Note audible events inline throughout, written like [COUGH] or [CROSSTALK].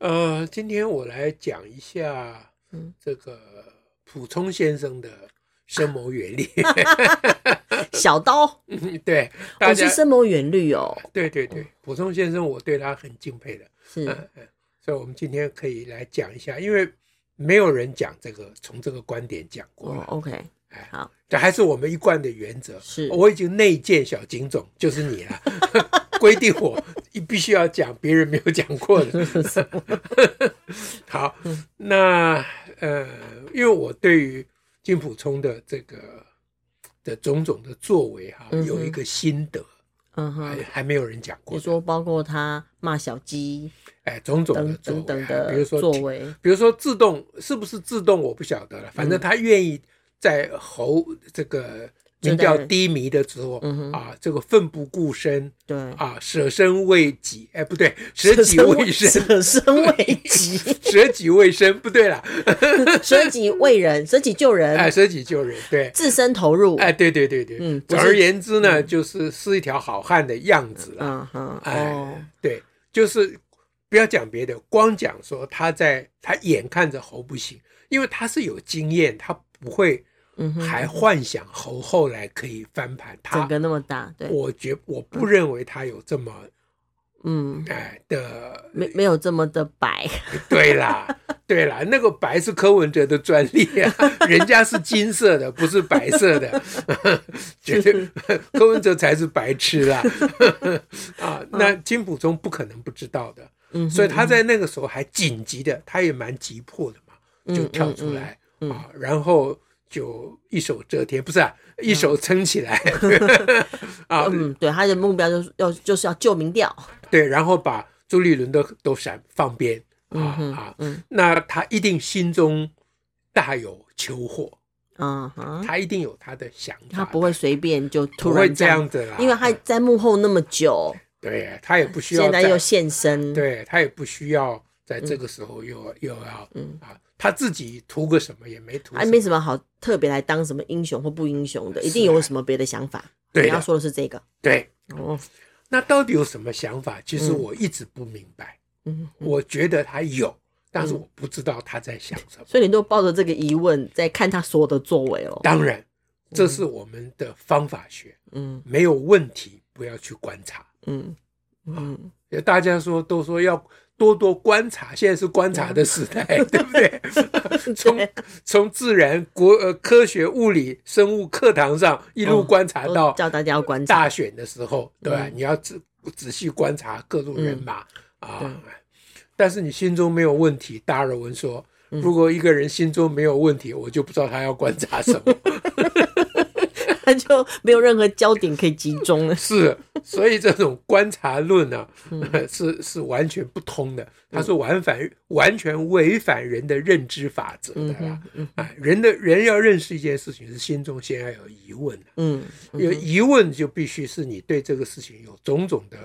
呃，今天我来讲一下，嗯这个蒲松先生的深谋 [LAUGHS] 远虑。小刀，嗯对，我、大是家深谋远虑哦，对对对，蒲松先生，我对他很敬佩的。是、嗯嗯，所以我们今天可以来讲一下，因为没有人讲这个，从这个观点讲过哦了。 ，OK，哎好， [LAUGHS] 这还是我们一贯的原则。是我已经内建小警总， [LAUGHS] 就是你了，规定我必须要讲别人没有讲过 [LAUGHS] 的。嗯好，那呃，因为我对于金普聪的这个的种种的作为哈、嗯哼有一个心得，嗯哼还，还没有人讲过你的。说包括他骂小鸡哎，种种等的作等为等啊，比的如说作提为，嗯比如说自动是不是自动我不晓得了，反正他愿意在侯这个民调低迷的时候、嗯哼啊，这个奋不顾身对，啊，舍身为己，哎，不对， [LAUGHS] 舍己为身，舍身为己， [LAUGHS] 舍己为身，不 [LAUGHS] 对啦，舍己为人，舍己救人，哎，舍己救人，对。自身投入，哎，对对对对，嗯不总是而言之呢，就是是一条好汉的样子啦。嗯哼，哎，哦，对，就是不要讲别的，光讲说他在他眼看着侯不行，因为他是有经验，他不会嗯哼，还幻想侯后来可以翻盘。他整个那么大，对，我觉我不认为他有这么嗯，哎的，没没有这么的白， [LAUGHS] 对啦。对啦，那个白是柯文哲的专利啊， [LAUGHS] 人家是金色的，不是白色的， [LAUGHS] 绝对柯文哲才是白痴啦 [LAUGHS] 啊！那金溥聪不可能不知道的，嗯哼，所以他在那个时候还紧急的，他也蛮急迫的嘛，嗯就跳出来、啊，然后就一手遮天，不是、啊、一手撑起来、啊，嗯，对，他的目标就是要就是要救民调，对，然后把朱立伦都都闪放边啊、嗯啊，嗯那他一定心中大有求获，嗯哼，他一定有他的想法，嗯他不会随便就不突会然这样子啦，因为他在幕后那么久，对他也不需要现在再又现身，对他也不需要在这个时候又、又要、嗯啊，他自己图个什么也没图还什没么，什么好特别来当什么英雄或不英雄的，一定是啊有什么别的想法。对你的要说的是这个对。哦，那到底有什么想法？其实嗯我一直不明白，嗯，我觉得他有，但是我不知道他在想什么。所以你都抱着这个疑问在看他所有的作为哦。当然，这是我们的方法学，嗯没有问题不要去观察。嗯嗯，大家说都说要多多观察，现在是观察的时代，嗯 [LAUGHS] 对 [LAUGHS] 不对？从从自然、国呃科学、物理、生物课堂上一路嗯观察都啊到叫大家要观察。嗯大选的时候，对吧？你要仔仔细观察各路人马、啊。但是你心中没有问题，达尔文说，嗯如果一个人心中没有问题，我就不知道他要观察什么。他 [LAUGHS] 就没有任何焦点可以集中 [LAUGHS] 了。是，所以这种观察论呢、 [LAUGHS] 是是完全不通的。他说完反完全违反人的认知法则的啦。啊，人的人要认识一件事情，是心中先要有疑问的。嗯有疑问就必须是你对这个事情有种种的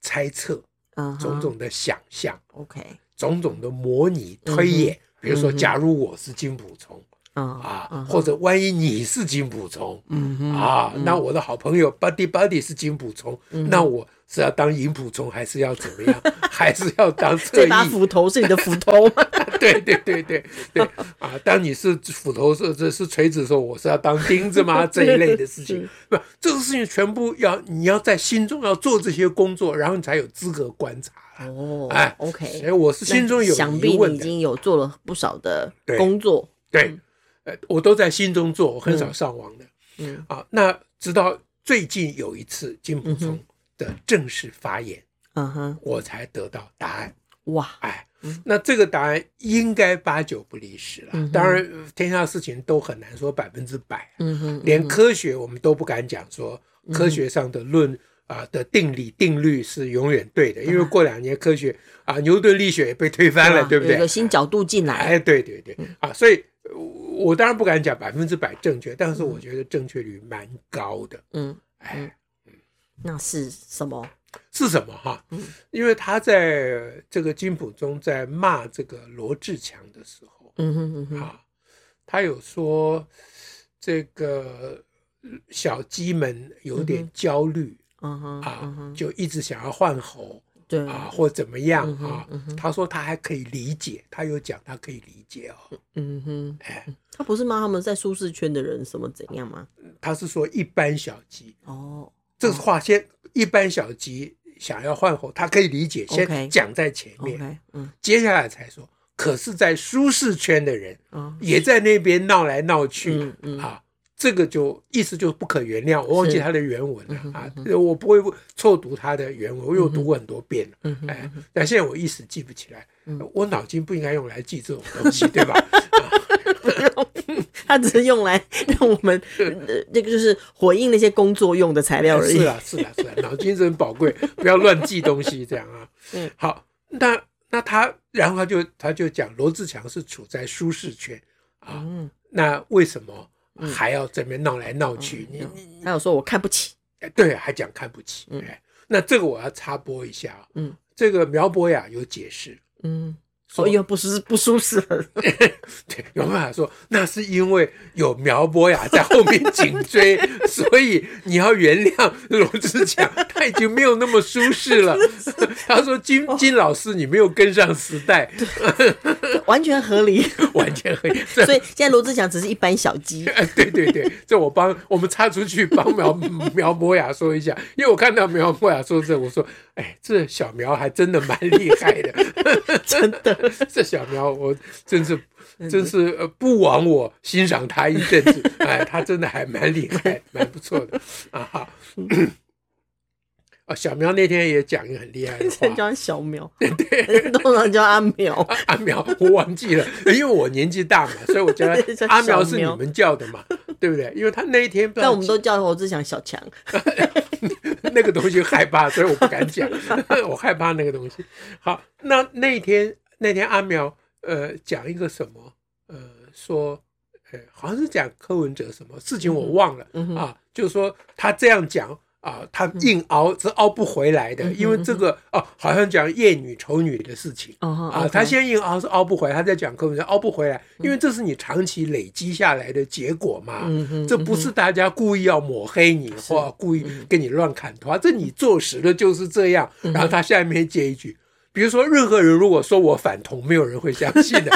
猜测、啊，种种的想象、 OK 种种的模拟推演。比如说，假如我是金捕虫啊，啊，或者万一你是金捕虫嗯嗯哼，啊，那我的好朋友 Buddy Buddy 是金捕虫，那我是要当银捕虫，还是要怎么 [LAUGHS] 样？还是要当侧这把翼？斧头是你的斧头吗？ [LAUGHS] 对对对对 [LAUGHS] 对啊！当你是斧头是这是锤子的时候，我是要当钉子吗？这一类的事 [LAUGHS] 情，不，这个事情全部要你要在心中要做这些工作，然后你才有资格观察啦。哦哎所以，OK，我是心中有想疑必问你已嗯的，经有做了不少的对工作。对，呃，我都在心中做，我很少上网的。嗯啊，那直到最近有一次金溥聪的正式发言，嗯哼，我才得到答案。哇，哎，嗯那这个答案应该八九不离十了。当然，呃天下事情都很难说百分之百，啊嗯哼，嗯连科学我们都不敢讲说科学上的论。啊的定理定律是永远对的，因嗯为过两年科学啊，牛顿力学也被推翻了，对不啊有对一个？嗯新角度进来，哎，对对对，啊，所以呃我当然不敢讲百分之百正确，但是我觉得正确率蛮高的。嗯，哎，那是什么？是什么哈？嗯因为他在这个金普中在骂这个罗志强的时候嗯哼嗯哼，啊，他有说这个呃小鸡们有点焦虑嗯哼嗯啊，哼，就一直想要换猴对，啊，或怎么样嗯哼啊嗯哼。他说他还可以理解，他有讲他可以理解哦。嗯哼，哎，他不是骂他们在舒适圈的人什么怎样吗？他是说一般小鸡，哦，这个话先一般小鸡想要换猴，他可以理解， OK 先讲在前面， OK，嗯，接下来才说。可是，在舒适圈的人哦，也在那边闹来闹去嗯嗯，啊，这个就意思就是不可原谅。我忘记是嗯他的原文了啊，我不会错读他的原文，因为我读过很多遍了嗯。哼哎，但现在我一时记不起来嗯，我脑筋不应该用来记这种 [LAUGHS] 东西，对吧？他只是用来 [LAUGHS] 让我们，呃，这个就是回应那些工作用的材料而已。是啊，是啊，是啊，脑筋是很宝贵，不要乱记东西，这样啊。嗯，好，那那他，然后他就他就讲罗志强是处在舒适圈啊，嗯，那为什么还要这边闹来闹去？嗯你你他有说我看不起，哎对，还讲看不起。嗯哎，那这个我要插播一下啊。嗯，这个苗博雅有解释，嗯，说哦，又不是不舒适 [LAUGHS] 了，对，有办法说，那是因为有苗博雅在后面紧追， [LAUGHS] 所以你要原谅罗志强，他已经没有那么舒适了。 [LAUGHS] 他说金哦金老师，你没有跟上时代，完全合理。完全可以。这所以现在罗志祥只是一般小鸡， [LAUGHS] 对对对，这我帮我们插出去帮 [LAUGHS] 苗苗博雅说一下，因为我看到苗博雅说这，我说，哎，这小苗还真的蛮厉害的， [LAUGHS] 真的。 [LAUGHS] 嗯这小苗，我真是真是呃不枉我欣赏他一阵子， [LAUGHS] 哎，他真的还蛮厉害，蛮不错的啊。好嗯 [COUGHS] 啊，小苗那天也讲一个很厉害的人话， [LAUGHS] 啊叫他小 [LAUGHS] 苗，通常叫阿苗。阿苗，我忘记了，因为我年纪大嘛，所以我叫 [LAUGHS] 对叫他阿苗是小你苗们叫的嘛，对不对？因为他那一天不知但道我们都叫罗志祥小强。 [LAUGHS] 那个东西害怕，所以我不敢讲， [LAUGHS] 我害怕那个东西。好，那那天那天阿苗呃讲一个什么呃说呃好像是讲柯文哲什么事情我忘了、嗯哼啊，就是说他这样讲。啊，他硬熬是熬不回来的，嗯哼因为这个哦，好像讲厌女丑女的事情，哦啊，他先硬熬是熬不回来，他在讲课文说熬不回来，因为这是你长期累积下来的结果嘛，嗯哼嗯这不是大家故意要抹黑你或故意跟你乱砍头啊，这你坐实了就是这样。然后他下面接一句，比如说任何人如果说我反同，没有人会相信 [LAUGHS] 的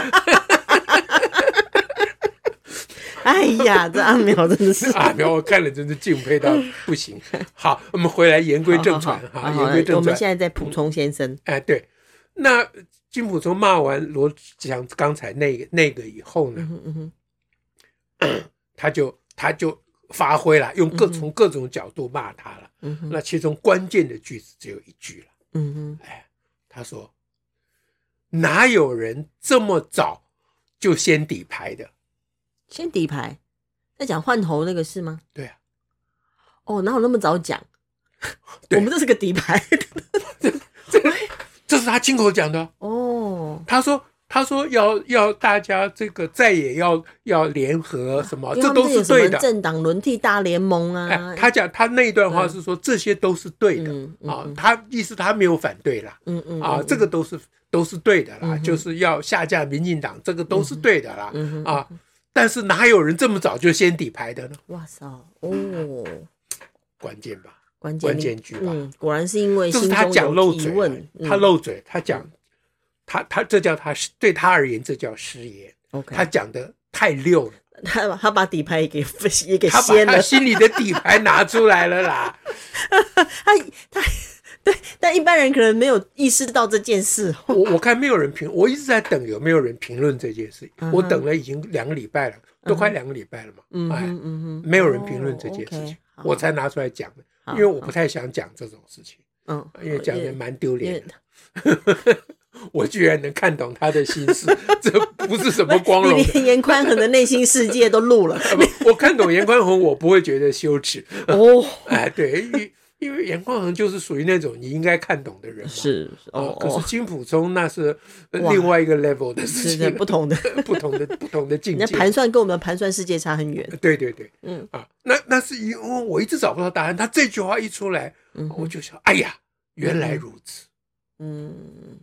哎呀，这阿苗真的是 [LAUGHS] 啊！没有，我看了真是敬 [LAUGHS] 佩到不行。好，我们回来言归正啊传好哈，好好言归正我们传。现在在补充先生。哎，对，那金溥聪骂完罗志祥刚才那个那个以后呢，嗯嗯他就他就发挥了，用各从各种角度骂他了。嗯哼那其中关键的句子只有一句了，嗯哼，哎，他说：“哪有人这么早就先底牌的先底牌，在讲换头那个是吗？？”对啊，哦，哪有那么早讲？ [LAUGHS] 对我们这是个底 [LAUGHS] 牌这是他亲口讲的。哦，他说：“他说要要大家这个再也要要联合什么，啊因为哦他这都们有是什么对的。”政党轮替大联盟啊哎，，他讲他那一段话是说这些都是对的嗯嗯啊，他意思他没有反对啦，嗯嗯啊，嗯这个都是都是对的啦，嗯哼就是要下架民进党，这个都是对的啦嗯哼，啊，但是哪有人这么早就先底牌的呢？哇塞，哦，关键吧，关键关键句吧嗯，果然是因为就心是中他讲有漏疑嘴了问，，他嗯漏嘴，他讲他他这叫他失对他而言这叫失言， OK，他讲的太溜了。他把他把底牌也给也给他掀把了他，心里的底牌拿出来了 [LAUGHS] 啦，他他对，但一般人可能没有意识到这件事。我我看没有人评，我一直在等有没有人评论这件事情嗯。哼我等了已经两个礼拜了，都快两个礼拜了嘛。嗯哎，哼嗯哼，没有人评论这件事哦情，，OK，好我才拿出来讲的，好因为我不太想讲这种事情，嗯，因为哎讲的蛮丢因脸为的。 [LAUGHS] 我居然能看懂他的心 [LAUGHS] 思，这不是什么光荣你的。呃连严宽恒的内心世 [LAUGHS] 界都录了啊不我看懂严宽宏，我不会觉得羞耻。 [LAUGHS] 哦。哎，对，因为因为严匡衡就是属于那种你应该看懂的人嘛。是哦哦，，可哦是金普聪那是呃哇另外一个 level 的是事情的，了，不同的， [LAUGHS] 不同的不同的境人家界。盘算跟我们盘算世界差很远。对对对，嗯啊，那那是因为我一直找不到答案，他这句话一出来，嗯我哼就想，哎呀，原来如此，嗯，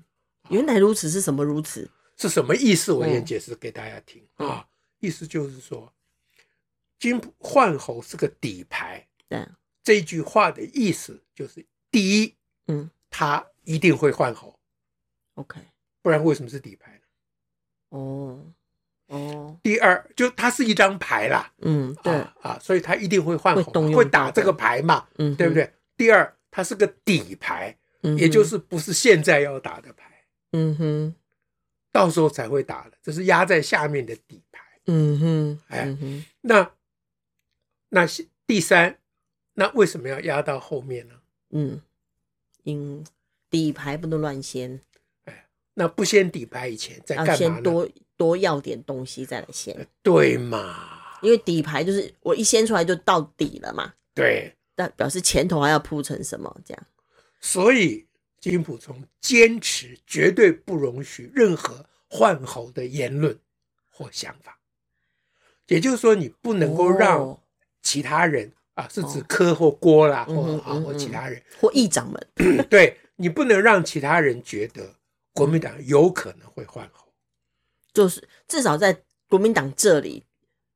原来如此是什么如此？是什么意思？我先嗯解释给大家听啊，意思就是说，金普换侯是个底牌，对，这句话的意思就是，第一，嗯他一定会换侯， ，OK，不然为什么是底牌呢？哦哦，第二，就它是一张牌啦，嗯，对，啊啊，所以他一定会换会侯动嘛，用会到打这的个牌嘛，嗯，对不？对？第二，它是个底牌，嗯哼，也就是不是现在要打的牌，嗯哼，到时候才会打的，这是压在下面的底牌。嗯哼，哎嗯哼，那那是第三，那为什么要压到后面呢？嗯，因底牌不能乱掀，那不先底牌以前在干要嘛啊先呢？多多要点东西再来掀，对嘛？因为底牌就是我一掀出来就到底了嘛，对，但表示前头还要铺成什么这样。所以金溥聪坚持绝对不容许任何换侯的言论或想法，也就是说，你不能够让哦其他人、啊，是指哦柯或郭啦，嗯或哼啊嗯或其嗯他人，或议长们，对你不能让其他人觉得国民党有可能会换候，就是至少在国民党这里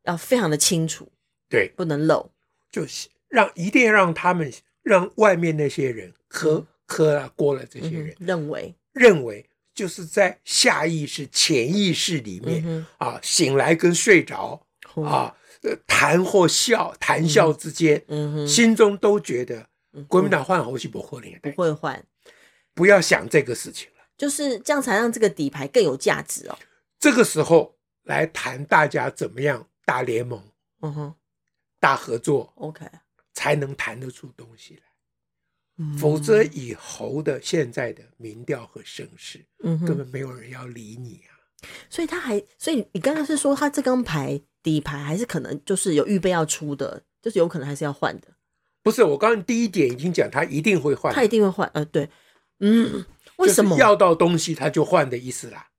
要非常的清楚，对，不能漏。就是让一定要让他们让外面那些人科科啊郭了这些嗯人哼、认为，认为，就是在下意识、潜意识里面、嗯啊醒来跟睡着哼，啊呃谈或笑谈笑之间，嗯哼，心中都觉得嗯国民党换侯是不可能不的，会换，不要想这个事情了。就是这样才让这个底牌更有价值哦。这个时候来谈大家怎么样大联盟、嗯哼大合作。 ，OK，才能谈得出东西来。否则，以侯的现在的民调和声势，嗯根哼，本没有人要理你啊。所以他还，所以你刚刚是说他这张牌底牌还是可能就是有预备要出的，就是有可能还是要换的，不是，我刚刚第一点已经讲，他一定会换，他一定会换。呃，对，嗯，为什么就是？要到东西他就换的意思啦？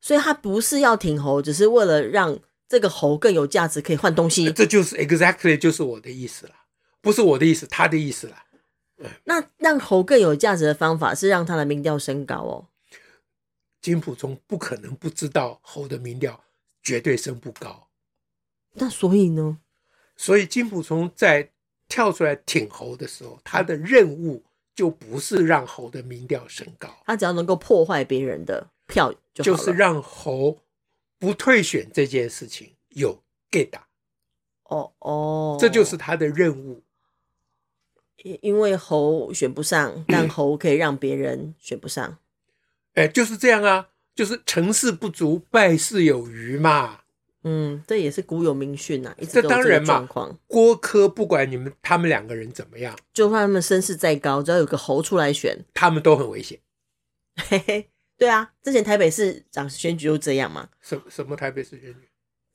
所以他不是要挺猴，只是为了让这个猴更有价值，可以换东 [LAUGHS] 西。这就是 exactly 就是我的意思啦，不是我的意思，他的意思啦。那让猴更有价值的方法是让他的民调升高哦。金溥聪不可能不知道侯的民调绝对升不高，那所以呢？所以金溥聪在跳出来挺侯的时候，他的任务就不是让侯的民调升高。他只要能够破坏别人的票就就好了。是让侯不退选这件事情有 get，到哦哦，这就是他的任务。因因为猴选不上，但猴可以让别人选不上。哎，就是这样啊，就是成事不足，败事有余嘛。嗯，这也是古有名训呐、一直这都有当个然嘛状况，郭科不管你们他们两个人怎么样，就算他们身世再高，只要有个猴出来选，他们都很危险。嘿嘿，对啊，之前台北市长选举就这样嘛。什什么台北市选举？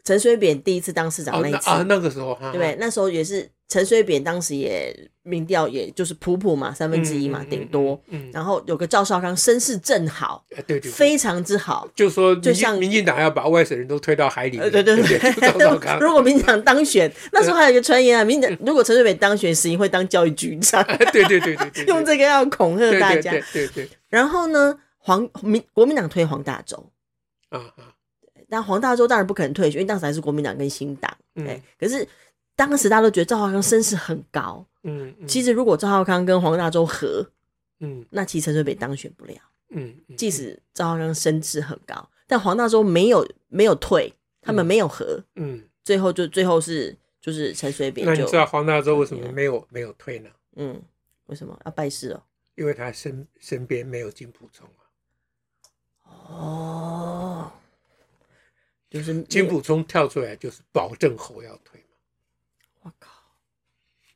陈水扁第一次当市长哦，那一那次，啊那个时候对哈，不对？那时候也是陈水扁当时也民调也就是普普嘛，三分之一嘛，嗯顶多。。嗯，嗯嗯然后有个赵少康身世正好，哎对对，对非常之好，就说民就进像民进党要把外省人都推到海里呃，面，对对不对，就 [LAUGHS] 赵少康 [LAUGHS] 如果民进党当选，那时候还有一个传言啊，民进党如果陈水扁当选，史英会当教育局长，哎 [LAUGHS] 对对对对对，用这个个要恐吓大家。对对对对然后呢，黄民国民党推黄大洲，哎啊啊，但黄大洲当然不可能退选，因为当时还是国民党跟新党。嗯对，可是当时大家都觉得赵少康声势很高，嗯，嗯其实如果赵少康跟黄大洲合，嗯那其实陈水扁当选不了。嗯，嗯即使赵少康声势很高，但黄大洲没有没有退，他们没有合，嗯。最后就最后是就是陈水扁那你就知道黄大洲为什对么啊没有没有退呢？嗯，为什么要拜师哦？因为他身身边没有金溥聪啊。哦，就是金，溥聪跳出来就是保证侯要退嘛，我靠，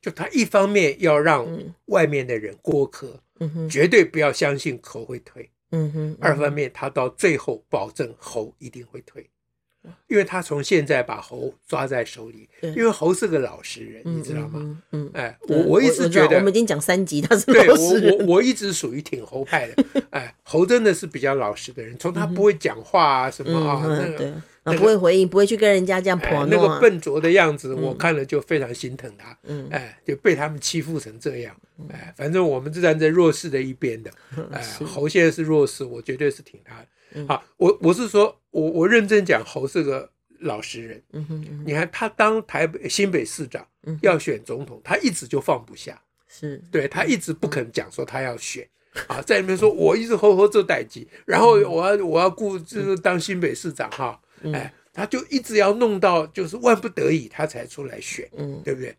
就他一方面要让嗯外面的人郭科嗯哼，绝对不要相信侯会退，嗯哼，二方面他到最后保证侯一定会退，因为他从现在把猴抓在手里，对因为猴是个老实人，嗯你知道吗？？嗯嗯，嗯哎，我对我一直知道觉得我们已经讲三集，他是对老我实我人，我一直属于挺猴派 [LAUGHS] 的，哎，猴真的是比较老实的人，从他不会讲话啊什么嗯啊，那嗯，个对，啊不会回应，不会去跟人家这样哎婆那弄个啊，笨拙的样子，我看了就非常心疼他，嗯哎，就被他们欺负成这样，哎，反正我们是站在弱势的一边的，嗯哎，猴现在是弱势，我绝对是挺他的。好，我我是说，我我认真讲，猴是个老实人。嗯哼嗯哼，你看他当台北新北市长嗯要选总统，他一直就放不下，是，对他一直不肯讲说他要选。嗯啊，在里面说，我一直吼吼做代级，然后我要我要顾就是当新北市长哈，哎，他就一直要弄到就是万不得已他才出来选，嗯对不对？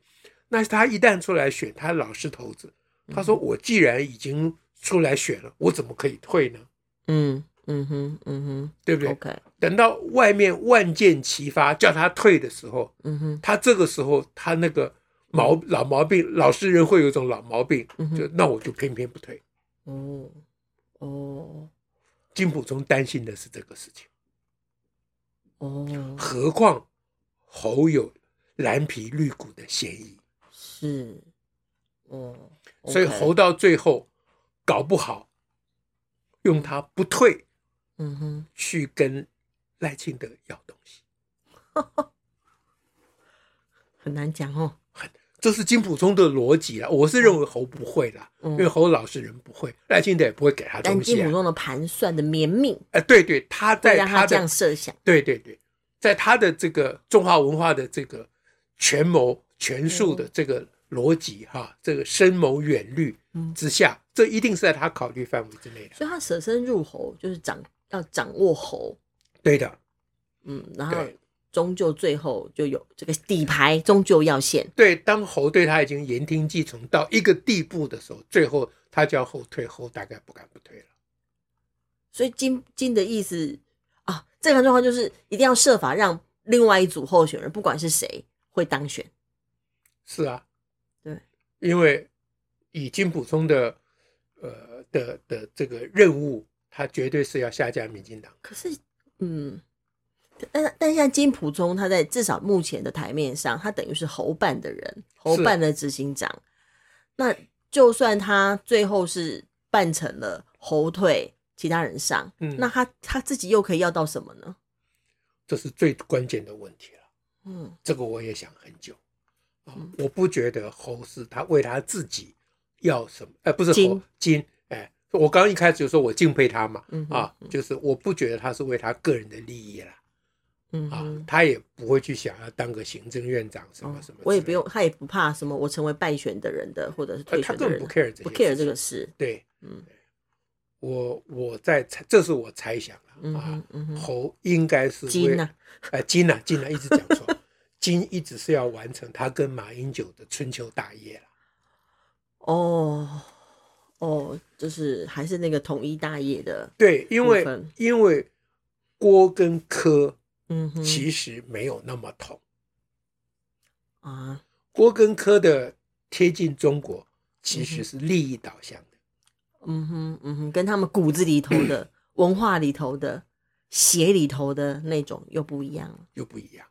那他一旦出来选，他老是头子，嗯他说我既然已经出来选了，我怎么可以退呢？嗯嗯哼嗯对不哼对？ ，OK，等到外面万箭齐发叫他退的时候，嗯哼他这个时候他那个毛老毛病，老实人会有一种老毛病，嗯哼就那我就偏偏不退。哦哦金溥聪担心的是这个事情，哦，何况侯有蓝皮绿骨的嫌疑，是，哦，所以 OK 侯到最后搞不好用他不退嗯哼，去跟赖清德要东西，很难讲哦，这是金溥聪的逻辑啊。我是认为侯不会啦，嗯因为侯老实人不会，赖清德也不会给他但东金西普啊。中的盘算的绵密，哎，对对，他会在让他他这样的设想，对对对，在他的这个中华文化的这个权谋权术嗯的这个逻辑哈、这个深谋远虑之下，这一定是在他考虑范围之内的。所以他舍身入侯，就是掌要掌握侯，对的，嗯，然后对终究最后就有这个底牌，终究要现，对，当侯对他已经言听计从到一个地步的时候，最后他叫侯退，侯大概不敢不退了。所以金金的意思啊，这个状况就是一定要设法让另外一组候选人，不管是谁会当选，是啊，对，因为以金溥聪的呃的的这个任务，他绝对是要下架民进党。可是，嗯，但但现在金普中他在至少目前的台面上，他等于是侯办的人，侯办的执行长。那就算他最后是办成了侯退，其他人上，嗯那他他自己又可以要到什么呢？这是最关键的问题了。嗯这个我也想很久。啊我不觉得侯是他为他自己要什么，呃，不是侯金金，哎，我刚刚一开始就说我敬佩他嘛，嗯哼啊，就是我不觉得他是为他个人的利益啦，嗯啊，哼，他也不会去想要当个行政院长什么什么之类的，我也不用，他也不怕什么，我成为败选的人的，或者是呃，退他选的根人本的，不 care 这不些事 care 这情个事。对，嗯我我在猜，这是我猜想嗯了啊哼，嗯哼，侯应该是为金啊呐，呃，金呐，金呐，一直讲错，金一直是要完成他跟马英九的春秋大业了。哦哦，就是还是那个统一大业的，对，因为部分因为郭跟柯嗯哼，其实没有那么同，啊，郭跟柯的贴近中国其实是利益导向的。嗯哼，嗯哼，跟他们骨子里头 [CLEARS THROAT] 的、文化里头的、血里头的那种又不一样了，又不一样，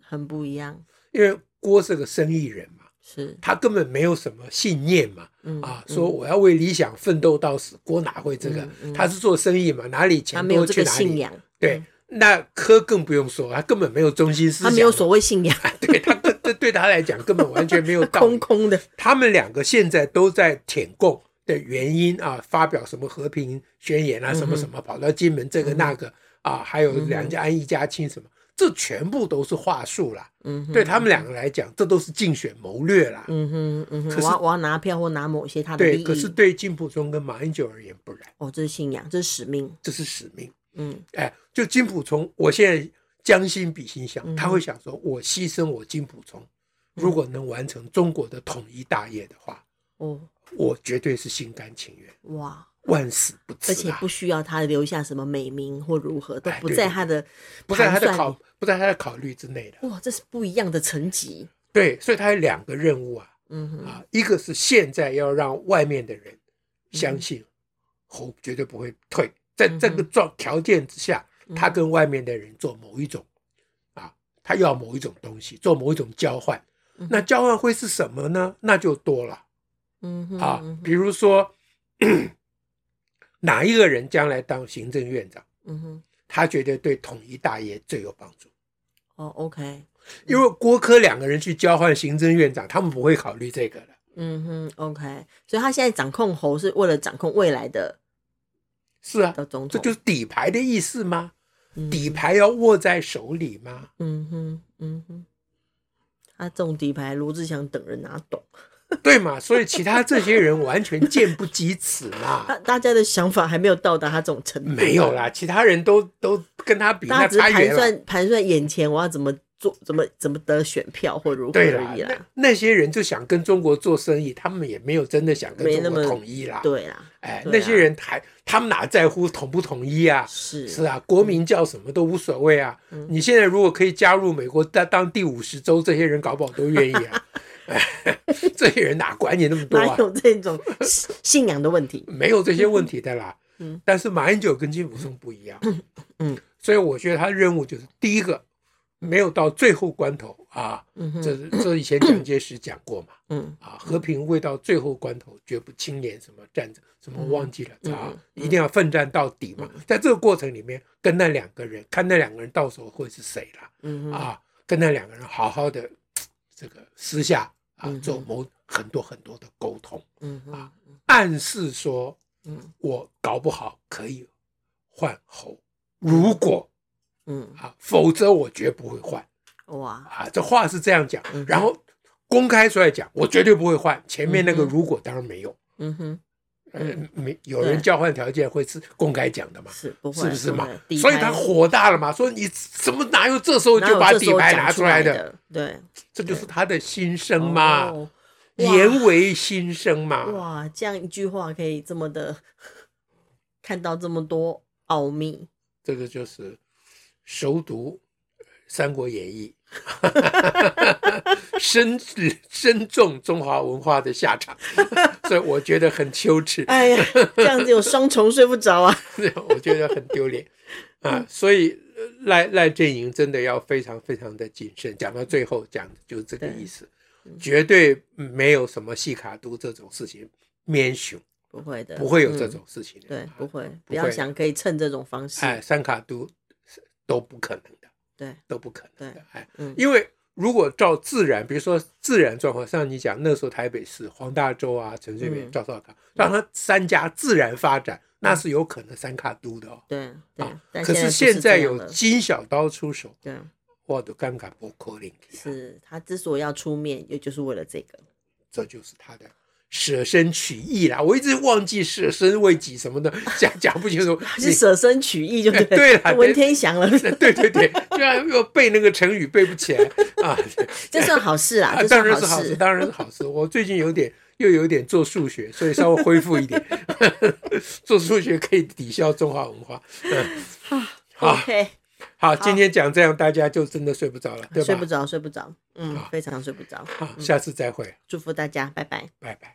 很不一样。因为郭是个生意人嘛，是，他根本没有什么信念嘛，嗯啊，说我要为理想奋斗到死，郭哪会这个嗯？嗯他是做生意嘛，哪里他钱没有多这去个哪信里。仰，嗯对，那柯更不用说，他根本没有中心思他想，没有所，谓信仰， [LAUGHS] 对他对对对他来讲根本完全没有道理空。空的。他们两个现在都在舔共的原因啊，发表什么和平宣言啊，什么什嗯么，跑到金门这个那个啊，还有两家安一家亲什么，这全部都是话术啦。嗯哼，对他们两个来讲，这都是竞选谋略啦。嗯哼，嗯哼，可是我要我要拿票或拿某些他的利对，益。可是对金溥聪跟马英九而言不然，哦，这是信仰，这是使命。这是使命。嗯哎，就金溥聪，我现在将心比心想，嗯他会想说，我牺牲我金溥聪，如果能完成中国的统一大业的话，哦，我绝对是心甘情愿，哇，万死不辞、而啊。且不需要他留下什么美名或如何，都哎不对在对他的不在他的盘算考不在他的考虑之内的。里。哇，这是不一样的层级。对，所以他有两个任务啊嗯哼，啊，一个是现在要让外面的嗯嗯人相信侯绝对不会退，在这个状条件之下，他跟外面的人做某一种啊，他要某一种东西，做某一种交换。那交换会是什么呢？那就多了嗯哼啊嗯，哼比如说 [CLEARS THROAT] 哪一个人将来当行政院长，嗯哼，他觉得对统一大业最有帮助。哦，OK，因为郭科两个人去交换行政院长，他们不会考虑这个的。嗯哼，OK，所以他现在掌控侯是为了掌控未来的是啊，的总这统，就是底牌的意思吗？嗯底牌要握在手里吗？嗯哼，嗯哼，他这种底牌，罗志祥等人哪懂？对嘛？所以其他这些人完全见不及此大嘛。啊大家的想法还没有到达他这种程度，啊啊没有，啦，其他人都都跟他比，大家那只是差盘远了。算盘算眼前我要怎么做，怎么怎么得选票或如何对而啦，已啦那。那些人就想跟中国做生意，他们也没有真的想跟没中那国么统一啦。对啦，哎，对那啊些人还他们哪在乎统不统一啊？是嗯是啊，国民叫什么都无所谓啊。你现在如果可以加入美国当当第五十州，这些人搞不好都愿意啊。 [LAUGHS] 哎这些人哪管你那么多哪啊？有这种 [LAUGHS] 信信仰的问题？没有这些问题的啦。嗯但是马英九跟金溥聪不一样。嗯，所以我觉得他任务就是第一个，没有到最后关头啊。嗯这哼，这以前蒋介石讲过嘛，嗯啊，和平未到最后关头，绝不轻言什么战争，什么忘记了、嗯啊嗯，一定要奋战到底嘛。在这个过程里面，跟那两个人，看那两个人到时候会是谁了、嗯哼，啊，跟那两个人好好的这个私下啊嗯哼做某很多很多的沟通，嗯啊哼，暗示说嗯我搞不好可以换侯，如果嗯，啊，否则我绝不会换。哇，啊，这话是这样讲嗯，然后公开出来讲，我绝对不会换。前面那个嗯哼如果当然没有，嗯哼，呃嗯，没有人对交换条件会是公开讲的嘛，是不会是不是嘛会底？所以他牌火大了嘛，说你怎么哪有这时候哪就有把这底时候牌讲拿出来的？的， [LAUGHS] 对，这就是他的心声嘛，哦哇言为心声嘛。哇，这样一句话可以这么的 [LAUGHS] 看到这么多奥秘，这个就是熟读《三国演义》 [LAUGHS] 深深重中华文化的下场， [LAUGHS] 所以我觉得很羞耻。 [LAUGHS] 哎呀，这样子有双重睡不着啊。 [LAUGHS] 我觉得很丢脸啊。所以呃赖赖阵营真的要非常非常的谨慎。讲到最后讲的就是这个对嗯意思，绝对没有什么戏卡都这种事情，免熊不会的，不会有这嗯种事情的、对，不会，不不要会想可以趁这种方式。哎，三卡都都不可能的，对，都不可能对的。哎，嗯因为如果照自然，比如说自然状况，像你讲那时候台北市黄大洲啊、陈水扁、嗯赵少康，让他三家自然发展，那是有可能三卡都的哦。对对啊，但可在是不现这在样有了金小刀出手，对，我都尴尬不可能。，是他之所以要出面，也就是为了这个。这就是他的舍身取义啦。我一直忘记舍身为己什么 [LAUGHS] 的，讲讲不清楚。他 [LAUGHS] 是舍身取义，就哎对啦了。 [LAUGHS] 文对天祥了，你 [LAUGHS] 对对对，居然又背那个成语背不起来啊！这算好事啦，啊这当算然是好事，事。当然是好事。我最近有点又有点做数学，所以稍微恢复一点。 [LAUGHS] 做数学可以抵消中华文化。嗯，好 OK，好，今天讲这样，大家就真的睡不着嗯了，对吧？睡不着，睡不着，嗯好，非常睡不着。好，下次再会，祝福大家，拜拜。拜拜。